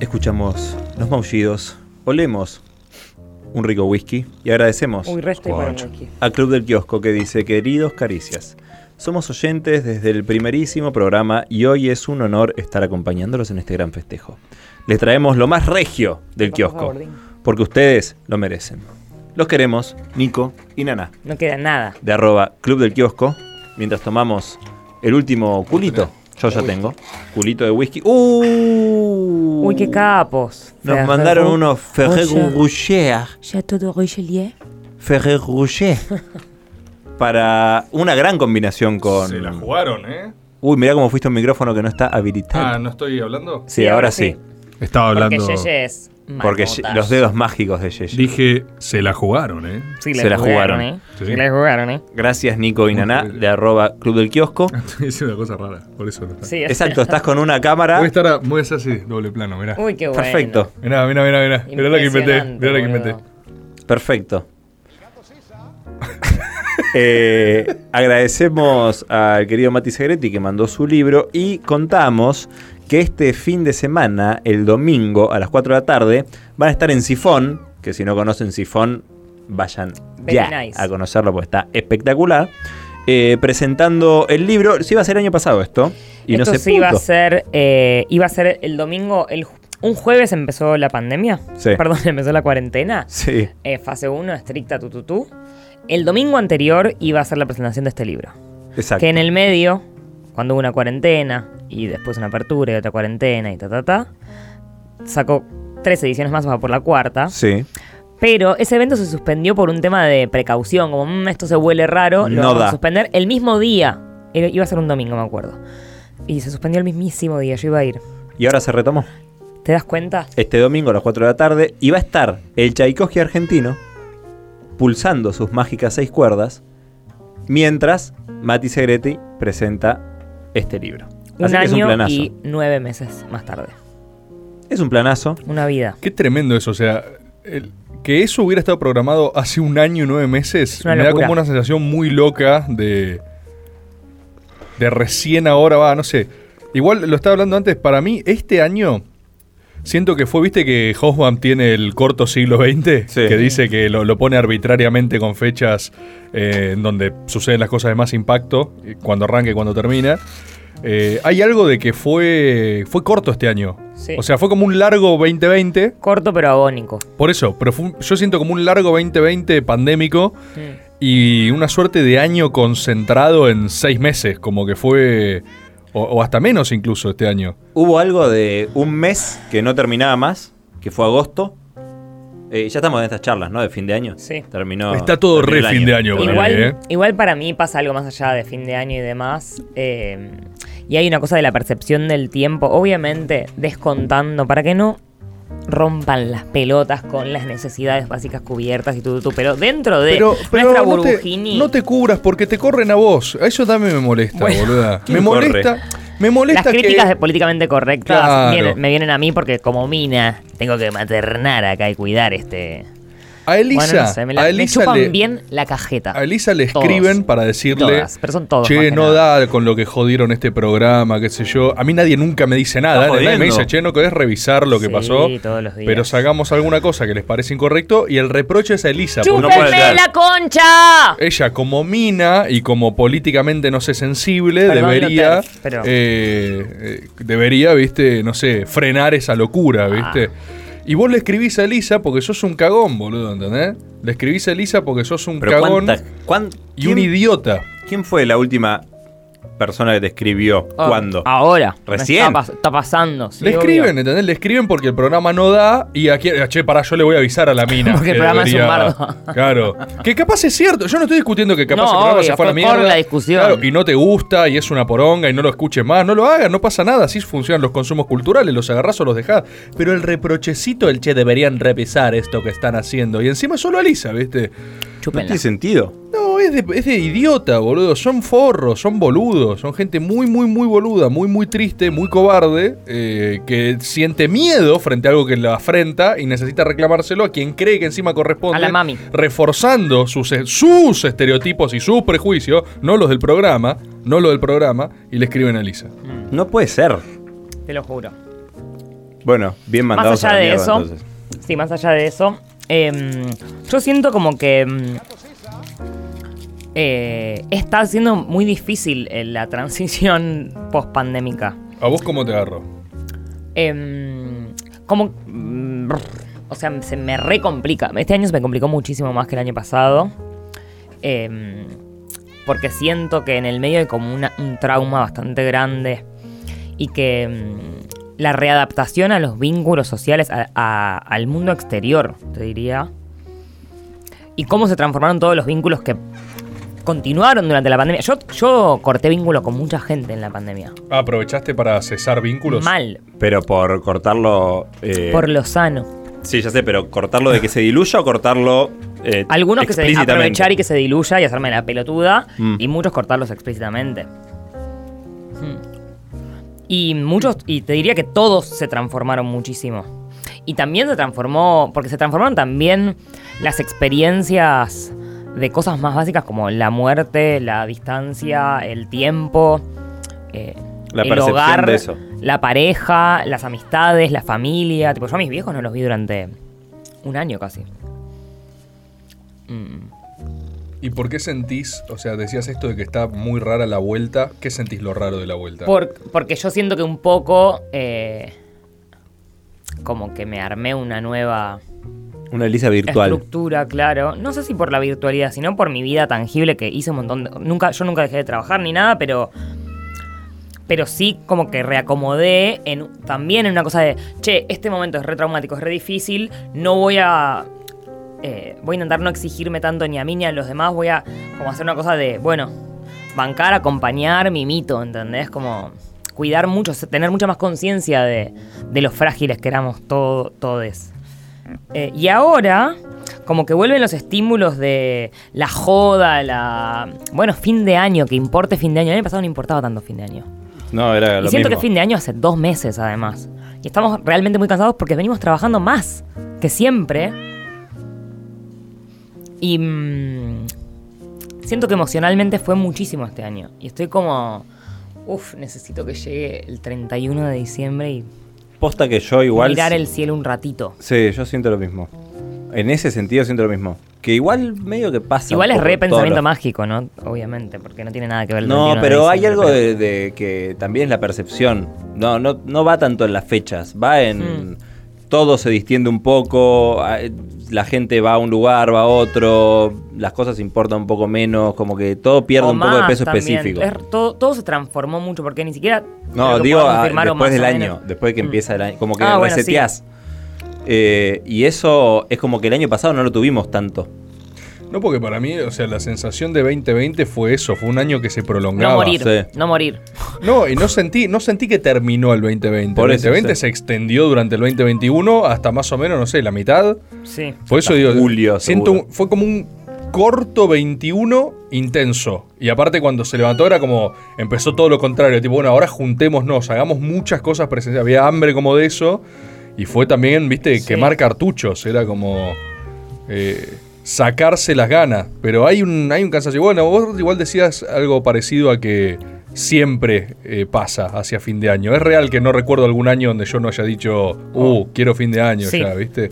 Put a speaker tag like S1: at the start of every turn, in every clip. S1: escuchamos los maullidos, olemos un rico whisky y agradecemos
S2: Uy, resto y para el whisky.
S1: a Club del Kiosco que dice, queridos caricias, somos oyentes desde el primerísimo programa y hoy es un honor estar acompañándolos en este gran festejo. Les traemos lo más regio del
S2: Por
S1: kiosco,
S2: favor, Din.
S1: porque ustedes lo merecen. Los queremos, Nico y Nana,
S2: No queda nada.
S1: de arroba Club del Kiosco, mientras tomamos el último culito. Yo ya tengo. Culito de whisky. ¡Uh!
S2: Uy, qué capos.
S1: Nos
S2: Ferrero-
S1: mandaron unos Ferrer
S2: Rocher.
S1: Rocher.
S2: Chateau de Richelieu.
S1: Ferrer Rocher. Para una gran combinación con.
S3: Se la jugaron, ¿eh?
S1: Uy, mirá cómo fuiste a un micrófono que no está
S3: Ah,
S1: habilitado.
S3: ¿no estoy hablando?
S1: sí, ahora sí.
S3: Estaba
S2: Porque
S3: hablando.
S2: Yeye es.
S1: Porque
S2: marmota.
S1: los dedos mágicos de Yeye.
S3: Dije, se la jugaron, ¿eh?
S2: Sí, le
S1: se la jugaron.
S2: ¿eh?
S3: Sí.
S2: Sí, le jugaron, ¿eh?
S1: Gracias, Nico y Naná, de arroba Club del Kiosco.
S3: Estoy diciendo una cosa rara, por eso no está.
S2: Sí, es-
S1: Exacto, estás con una cámara.
S3: Voy a estar a- voy a hacer así, doble plano, mirá.
S2: Uy, qué bueno.
S1: Perfecto,
S3: Mirá, mirá, mirá, mirá. Mirá lo que inventé,
S2: Impresionante,
S3: mirá lo que
S2: boludo.
S3: inventé.
S1: perfecto. Eh, agradecemos al querido Mati Segretti que mandó su libro y contamos que este fin de semana, el domingo a las 4 de la tarde, van a estar en Sifón, que si no conocen Sifón, vayan
S2: Very
S1: ya
S2: nice.
S1: a conocerlo porque está espectacular. eh, presentando el libro, sí iba a ser el año pasado esto, y
S2: Esto
S1: no se
S2: sí iba a
S1: pudo.
S2: ser, eh, iba a ser el domingo, el, ju- un jueves empezó la pandemia,
S1: Sí.
S2: perdón, empezó la cuarentena,
S1: Sí.
S2: Eh, fase 1, estricta tututú. El domingo anterior iba a ser la presentación de este libro,
S1: Exacto.
S2: que en el medio, cuando hubo una cuarentena y después una apertura y otra cuarentena y ta ta ta, sacó tres ediciones más, va por la cuarta.
S1: Sí.
S2: Pero ese evento se suspendió por un tema de precaución, como "Mm, esto se huele raro, lo
S1: No
S2: vamos
S1: da.
S2: a suspender el mismo día. Era- Iba a ser un domingo, me acuerdo. Y se suspendió el mismísimo día, yo iba a ir.
S1: Y ahora se retomó.
S2: ¿Te das cuenta?
S1: Este domingo a las 4 de la tarde y va a estar el Tchaikovsky argentino pulsando sus mágicas seis cuerdas mientras Mati Segretti presenta este libro.
S2: Un
S1: Así que es un
S2: año
S1: planazo.
S2: y nueve meses más tarde.
S1: Es un planazo.
S2: Una vida.
S3: Qué tremendo eso, o sea, el- que eso hubiera estado programado hace un año y nueve meses,
S2: Es una
S3: me da
S2: locura.
S3: como una sensación muy loca de. de recién ahora va, no sé. Igual lo estaba hablando antes, para mí, este año. Siento que fue, viste que Hosbaum tiene el corto siglo XX,
S1: Sí.
S3: que dice que lo, lo pone arbitrariamente con fechas eh, en donde suceden las cosas de más impacto, eh, cuando arranca y cuando termina. Eh, hay algo de que fue, fue corto este año.
S2: Sí.
S3: O sea, fue como un largo 2020,
S2: Corto pero agónico.
S3: por eso, pero fue un- yo siento como un largo 2020 pandémico y una suerte de año concentrado en seis meses, como que fue, o, o hasta menos incluso este año.
S1: Hubo algo de un mes que no terminaba más, que fue agosto. Eh, ya estamos en estas charlas, ¿no? De fin de año.
S2: Sí.
S1: Terminó.
S3: Está todo
S1: terminó
S3: re
S1: el
S3: fin de año,
S1: Terminó el
S3: ponele,
S2: Igual,
S3: ¿eh?
S2: igual para mí pasa algo más allá de fin de año y demás. eh, y hay una cosa de la percepción del tiempo. Obviamente, descontando para que no rompan las pelotas con las necesidades básicas cubiertas y todo, pero dentro de
S3: Pero, pero
S2: nuestra
S3: no, te,
S2: burbujini.
S3: no te cubras porque te corren a vos. A Eso también me molesta,
S2: Bueno,
S3: boluda.
S1: ¿quién
S3: Me molesta, me molesta
S2: las críticas
S3: que...
S2: de políticamente correctas
S3: Claro.
S2: vienen- me vienen a mí porque como mina tengo que maternar acá y cuidar este...
S3: A Elisa,
S2: bueno, no sé, me, la-
S3: a
S2: me
S3: Elisa
S2: chupan
S3: le,
S2: bien la cajeta.
S3: a Elisa le
S2: Todos.
S3: escriben para decirle...
S2: Todas, pero son todos. más que
S3: Che, no
S2: nada.
S3: da con lo que jodieron este programa, qué sé yo. A mí nadie nunca me dice nada.
S1: Está
S3: Nadie me
S1: jodiendo.
S3: dice, che, no querés revisar lo que
S2: Sí,
S3: pasó.
S2: todos los días.
S3: Pero sacamos alguna cosa que les parece incorrecto y el reproche es a Elisa. porque
S1: no
S2: ¡Chúpenme
S1: puede ser.
S2: la concha!
S3: ella, como mina y como políticamente no sé sensible,
S2: Perdón,
S3: debería.
S2: Lothar, pero-
S3: eh, eh, debería, viste, no sé, frenar esa locura, viste.
S2: Ah.
S3: Y vos le escribís a Elisa porque sos un cagón, boludo, ¿entendés? Le escribís a Elisa porque sos un
S1: Pero
S3: cagón
S1: cuánta- cuán-
S3: y un
S1: ¿quién-
S3: idiota.
S1: ¿Quién fue la última persona que te escribió?
S2: Ah,
S1: ¿Cuándo?
S2: Ahora.
S1: Recién.
S2: Está, pas- está pasando. sí,
S3: Le escriben,
S2: obvio.
S3: ¿entendés? Le escriben porque el programa no da y aquí, che, pará, yo le voy a avisar a la mina.
S2: Porque el
S3: que
S2: programa es un
S3: debería-
S2: bardo.
S3: Claro. Que capaz es cierto. Yo no estoy discutiendo que capaz
S2: No,
S3: el programa
S2: obvio,
S3: se fue a la
S2: fue
S3: mierda.
S2: por la discusión.
S3: Claro, y no te gusta y es una poronga y no lo escuches más. No lo hagas, no pasa nada. Así funcionan los consumos culturales, los agarrás o los dejás. Pero el reprochecito, el che, deberían revisar esto que están haciendo. Y encima es solo a Lisa, ¿viste?
S1: No
S2: Chúpenla.
S1: tiene sentido.
S3: No, es de, es de idiota, boludo. Son forros, son boludos. Son gente muy, muy, muy boluda, muy, muy triste, muy cobarde, eh, que siente miedo frente a algo que la afrenta y necesita reclamárselo a quien cree que encima corresponde.
S2: A la mami.
S3: Reforzando sus, eh, sus estereotipos y sus prejuicios, no los del programa, no los del programa, y le escriben a Lisa.
S1: No puede ser.
S2: Te lo juro.
S4: Bueno, bien
S2: Más
S4: mandados
S2: allá
S4: a la
S2: de
S4: mierda,
S2: eso,
S4: entonces.
S2: sí, más allá de eso, em, yo siento como que em, eh, está siendo muy difícil eh, la transición post pandémica.
S3: ¿A vos cómo te agarró?
S2: Em, como. mm, brr, O sea, se me recomplica. Este año se me complicó muchísimo más que el año pasado. Em, porque siento que en el medio hay como una- un trauma bastante grande. Y que mm, la readaptación a los vínculos sociales, a- a- al mundo exterior, te diría. Y cómo se transformaron todos los vínculos que continuaron durante la pandemia. Yo, yo corté vínculo con mucha gente en la pandemia.
S3: ¿Aprovechaste para cesar vínculos?
S2: Mal,
S4: Pero por cortarlo. eh,
S2: por lo sano.
S4: Sí, ya sé, pero cortarlo de que se diluya o cortarlo. eh,
S2: Algunos que se
S4: explícitamente?
S2: aprovechar y que se diluya y hacerme la pelotuda.
S4: Mm.
S2: Y muchos cortarlos explícitamente. Mm. Y muchos, y te diría que todos se transformaron muchísimo. Y también se transformó, porque se transformaron también las experiencias de cosas más básicas como la muerte, la distancia, el tiempo, eh,
S4: La
S2: el
S4: percepción
S2: hogar,
S4: de eso.
S2: la pareja, las amistades, la familia. Tipo, yo a mis viejos no los vi durante un año casi.
S3: ¿Y por qué sentís, o sea, decías esto de que está muy rara la vuelta? ¿Qué sentís lo raro de la vuelta?
S2: Por- porque yo siento que un poco eh, como que me armé una nueva
S4: Una Elisa virtual.
S2: estructura, claro. No sé si por la virtualidad, sino por mi vida tangible que hice un montón de... Nunca, yo nunca dejé de trabajar ni nada, pero... Pero sí como que reacomodé en, también en una cosa de, che, este momento es re traumático, es re difícil, no voy a... eh, voy a intentar no exigirme tanto ni a mí ni a los demás, voy a como hacer una cosa de, bueno, bancar, acompañar mi mito, ¿entendés? Como cuidar mucho, tener mucha más conciencia de, de los frágiles que éramos todo, todes. Eh, y ahora, como que vuelven los estímulos de la joda, la. Bueno, fin de año, que importe fin de año. El año pasado no importaba tanto fin de año.
S4: No, era
S2: y
S4: lo
S2: siento
S4: mismo.
S2: que fin de año hace dos meses, además. Y estamos realmente muy cansados porque venimos trabajando más que siempre. Y. mm, siento que emocionalmente fue muchísimo este año. Y estoy como. Uf, necesito que llegue el 31 de diciembre y
S4: Posta que yo igual.
S2: mirar el cielo un ratito.
S4: Sí, yo siento lo mismo. En ese sentido siento lo mismo. Que igual medio que pasa.
S2: Igual
S4: un
S2: es
S4: poco
S2: re
S4: todos
S2: pensamiento
S4: los-
S2: mágico, ¿no? Obviamente, porque no tiene nada que ver el
S4: No,
S2: 31 de
S4: pero hay
S2: diciembre,
S4: algo
S2: pero-
S4: de, de que también es la percepción. No, no, no va tanto en las fechas, va
S2: Hmm.
S4: en... Todo se distiende un poco, a- la gente va a un lugar, va a otro, las cosas importan un poco menos, como que todo pierde
S2: O
S4: un poco de
S2: más
S4: peso
S2: también.
S4: específico.
S2: Es- todo, todo se transformó mucho, porque ni siquiera. creo
S4: No,
S2: que
S4: digo
S2: podamos
S4: ah,
S2: afirmar o
S4: después
S2: más
S4: del
S2: o menos-
S4: año, después de que
S2: Mm.
S4: empieza el año, como que
S2: Ah, bueno, sí.
S4: reseteás. Eh, y eso es como que el año pasado no lo tuvimos tanto.
S3: No, porque para mí, o sea, la sensación de 2020 fue eso, fue un año que se prolongaba.
S2: No morir,
S4: sí.
S2: no morir.
S3: No, y no sentí, no sentí que terminó el 2020.
S4: Por
S3: el
S4: eso,
S3: 2020
S4: sí.
S3: se extendió durante el 2021 hasta más o menos, no sé, la mitad.
S2: Sí.
S3: Por eso
S4: Hasta
S3: digo,
S4: julio,
S3: siento
S4: seguro.
S3: un- fue como un corto 21 intenso. Y aparte cuando se levantó era como empezó todo lo contrario, tipo, bueno, ahora juntémonos, hagamos muchas cosas presenciales. Había hambre como de eso y fue también, ¿viste,
S2: Sí.
S3: quemar cartuchos, era como eh, sacarse las ganas, pero hay un hay un cansancio. Bueno, vos igual decías algo parecido a que siempre eh, pasa hacia fin de año. Es real que no recuerdo algún año donde yo no haya dicho,
S1: Oh.
S3: "Uh, quiero fin de año
S2: Sí.
S3: ya", ¿viste?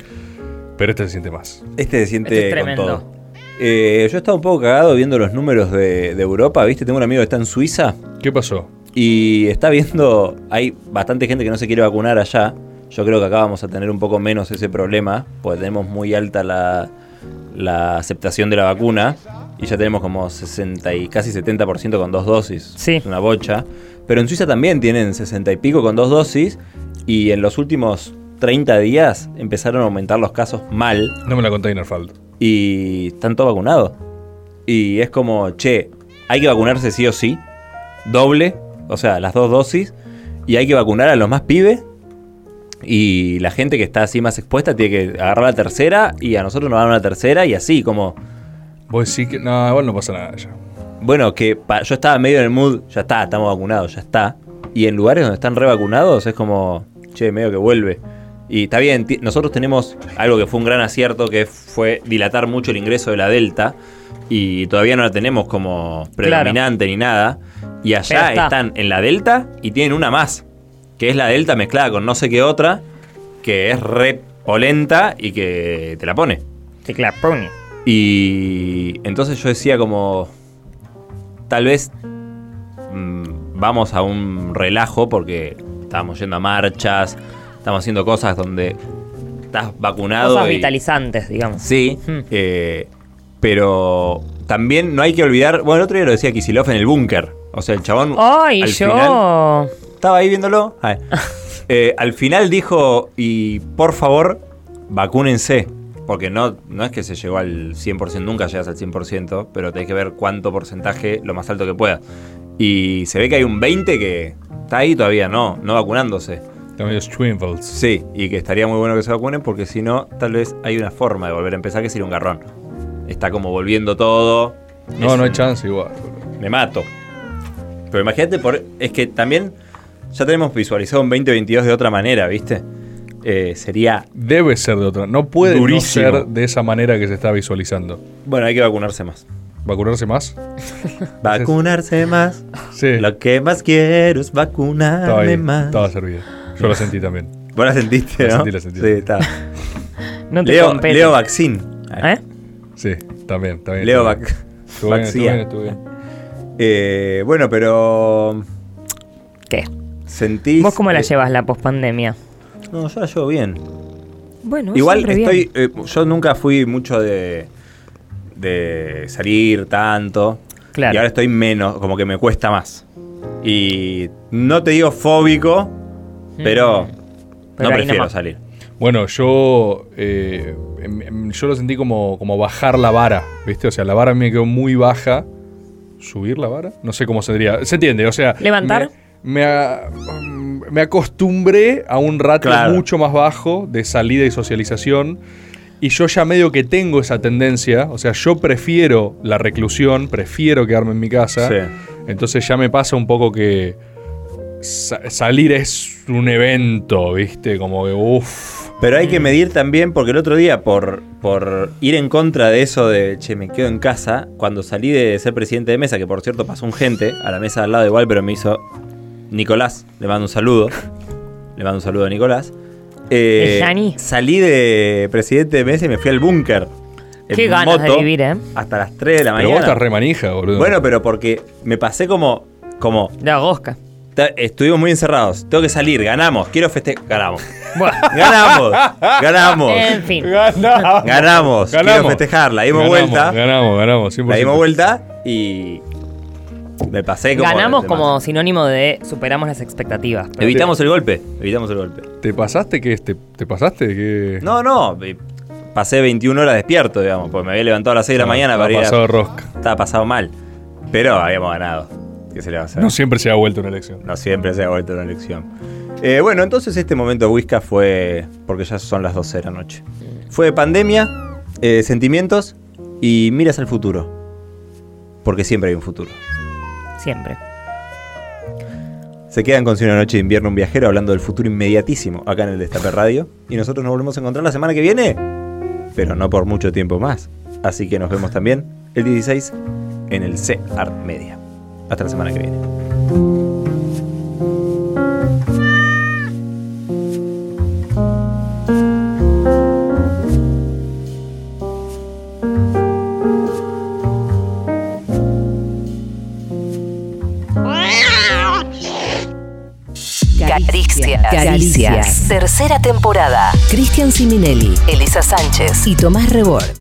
S3: Pero este se siente más.
S4: Este se siente
S2: Este es
S4: con
S2: tremendo.
S4: todo. Eh, yo estaba un poco cagado viendo los números de, de Europa, ¿viste? Tengo un amigo que está en Suiza
S3: ¿Qué pasó?
S4: y está viendo. Hay bastante gente que no se quiere vacunar allá. Yo creo que acá vamos a tener un poco menos ese problema, porque tenemos muy alta la, la aceptación de la vacuna y ya tenemos como 60 y casi 70% con dos dosis.
S2: Sí.
S4: Es una bocha. Pero en Suiza también tienen 60 y pico con dos dosis y en los últimos 30 días empezaron a aumentar los casos mal
S3: No me la conté, Inerfald.
S4: y están todos vacunados. Y es como, che, hay que vacunarse sí o sí, doble, o sea, las dos dosis, y hay que vacunar a los más pibes. Y la gente que está así más expuesta tiene que agarrar la tercera y a nosotros nos dan una tercera y así, como,
S3: Vos decís que. No, igual no pasa nada ya.
S4: bueno, que pa- yo estaba medio en el mood, ya está, estamos vacunados, ya está. Y en lugares donde están revacunados es como, che, medio que vuelve. Y está bien, ti- nosotros tenemos algo que fue un gran acierto, que fue dilatar mucho el ingreso de la Delta. Y todavía no la tenemos como predominante ni nada. Y allá
S2: Pero está.
S4: están en la Delta y tienen una más, que es la Delta mezclada con no sé qué otra.
S1: que es re polenta y que te la pone.
S2: Sí, claro, pony.
S1: Y entonces yo decía como, tal vez mm, vamos a un relajo porque estábamos yendo a marchas, estamos haciendo cosas donde estás vacunado.
S2: Cosas
S1: y-
S2: vitalizantes, digamos.
S1: Sí,
S2: Hmm.
S1: eh, pero también no hay que olvidar, bueno, el otro día lo decía Kisilov en el búnker. O sea, el chabón
S2: ¡Ay,
S1: al
S2: yo!
S1: final estaba ahí viéndolo. Ah, eh, al final dijo, y por favor, vacúnense. Porque no, no es que se llegó al 100%, nunca llegas al 100%, pero tenés que ver cuánto porcentaje, lo más alto que puedas. Y se ve que hay un 20% que está ahí todavía, no, no vacunándose.
S3: También es Twinfels.
S1: Sí, y que estaría muy bueno que se vacunen porque si no, tal vez hay una forma de volver a empezar que sería un garrón. Está como volviendo todo.
S3: No,
S1: Es
S3: no hay
S1: un-
S3: chance igual. boludo.
S1: me mato. Pero imagínate, por, es que también ya tenemos visualizado un 2022 de otra manera, ¿viste? Eh, sería,
S3: Debe ser de otra. No puede no
S1: Durísimo.
S3: ser de esa manera que se está visualizando.
S1: bueno, hay que vacunarse más.
S3: ¿Vacunarse más?
S1: Vacunarse más.
S3: Sí.
S1: Lo que más quiero es
S3: Estaba
S1: vacunarme
S3: ahí,
S1: más.
S3: Estaba servido. Yo lo sentí también.
S1: Vos la sentiste,
S3: La
S1: ¿no?
S3: sentí, la sentí.
S1: Sí, está.
S2: No te
S1: Leo,
S2: compete.
S1: Leo Vaccine.
S2: ¿Eh?
S3: Sí, también, también.
S1: Leo
S3: también.
S1: Vac.
S3: Ah, Estuvo bien, estuvo
S1: Vaxía.
S3: bien, estuvo bien.
S1: Eh, bueno, pero.
S2: ¿Qué?
S1: ¿Sentís.
S2: ¿Vos cómo la
S1: eh,
S2: llevas la pospandemia?
S1: No, yo la llevo bien.
S2: Bueno,
S1: Igual
S2: siempre bien.
S1: estoy. eh, yo nunca fui mucho de. de salir tanto.
S2: Claro.
S1: Y ahora estoy menos, como que me cuesta más. Y no te digo fóbico, pero.
S2: Mm. Pero
S1: no
S2: ahí
S1: prefiero
S2: nomás.
S1: salir.
S3: Bueno, yo, eh, em- em, yo lo sentí como, como bajar la vara, ¿viste? O sea, la vara a mí me quedó muy baja. ¿Subir la vara? No sé cómo se diría. Se entiende, o sea...
S2: ¿Levantar?
S3: Me, me a- mm, me acostumbré a un ratio
S1: Claro.
S3: mucho más bajo de salida y socialización. Y yo ya medio que tengo esa tendencia. O sea, yo prefiero la reclusión, prefiero quedarme en mi casa.
S1: Sí.
S3: Entonces ya me pasa un poco que sa- salir es un evento, ¿viste? Como que, uff.
S1: Pero hay que medir también, porque el otro día, por, por ir en contra de eso de che, me quedo en casa, cuando salí de ser presidente de mesa, que por cierto pasó un gente a la mesa de al lado igual, pero me hizo Nicolás, le mando un saludo. Le mando un saludo a Nicolás. Eh,
S2: El Jani.
S1: salí de presidente de mesa y me fui al búnker. en
S2: Qué ganas de vivir, ¿eh?
S1: Hasta las 3 de la
S3: Pero vos
S1: mañana.
S3: estás re manija, boludo.
S1: Bueno, pero porque me pasé como. como
S2: La gosca.
S1: ta- estuvimos muy encerrados. Tengo que salir, ganamos. Quiero festejar. Ganamos.
S2: Bueno,
S1: Ganamos. Ganamos.
S2: en fin.
S3: ganamos.
S1: Ganamos. Quiero festejar. La dimos
S3: Ganamos,
S1: vuelta.
S3: Ganamos, ganamos, 100%.
S1: La dimos vuelta y. Me pasé como. los
S2: Ganamos
S1: demás.
S2: como sinónimo de superamos las expectativas. pero-
S1: Evitamos el golpe. Evitamos el golpe.
S3: ¿Te pasaste qué? es? ¿Te, te pasaste qué?
S1: No, no. eh, Pasé 21 horas despierto, digamos. Porque me había levantado a las 6 de la mañana
S3: Estaba
S1: para ir. a-
S3: Ah, pasado de rosca.
S1: Estaba pasado mal. Pero habíamos ganado. ¿Qué se le va a hacer?
S3: No siempre se ha vuelto una elección.
S1: No siempre se ha vuelto una elección. Eh, bueno, entonces este momento Whiskas fue. Porque ya son las 12 de la noche. Fue pandemia, eh, sentimientos y miras al futuro. Porque siempre hay un futuro.
S2: Siempre.
S1: Se quedan con Si una noche de invierno un viajero hablando del futuro inmediatísimo acá en el Destape Radio. Y nosotros nos volvemos a encontrar la semana que viene. Pero no por mucho tiempo más. Así que nos vemos también el 16 en el C Art Media. Hasta la semana que viene.
S5: Caricias.
S6: Caricias.
S5: Tercera temporada.
S6: Cristian Siminelli
S5: Elisa Sánchez.
S6: y Tomás Rebord.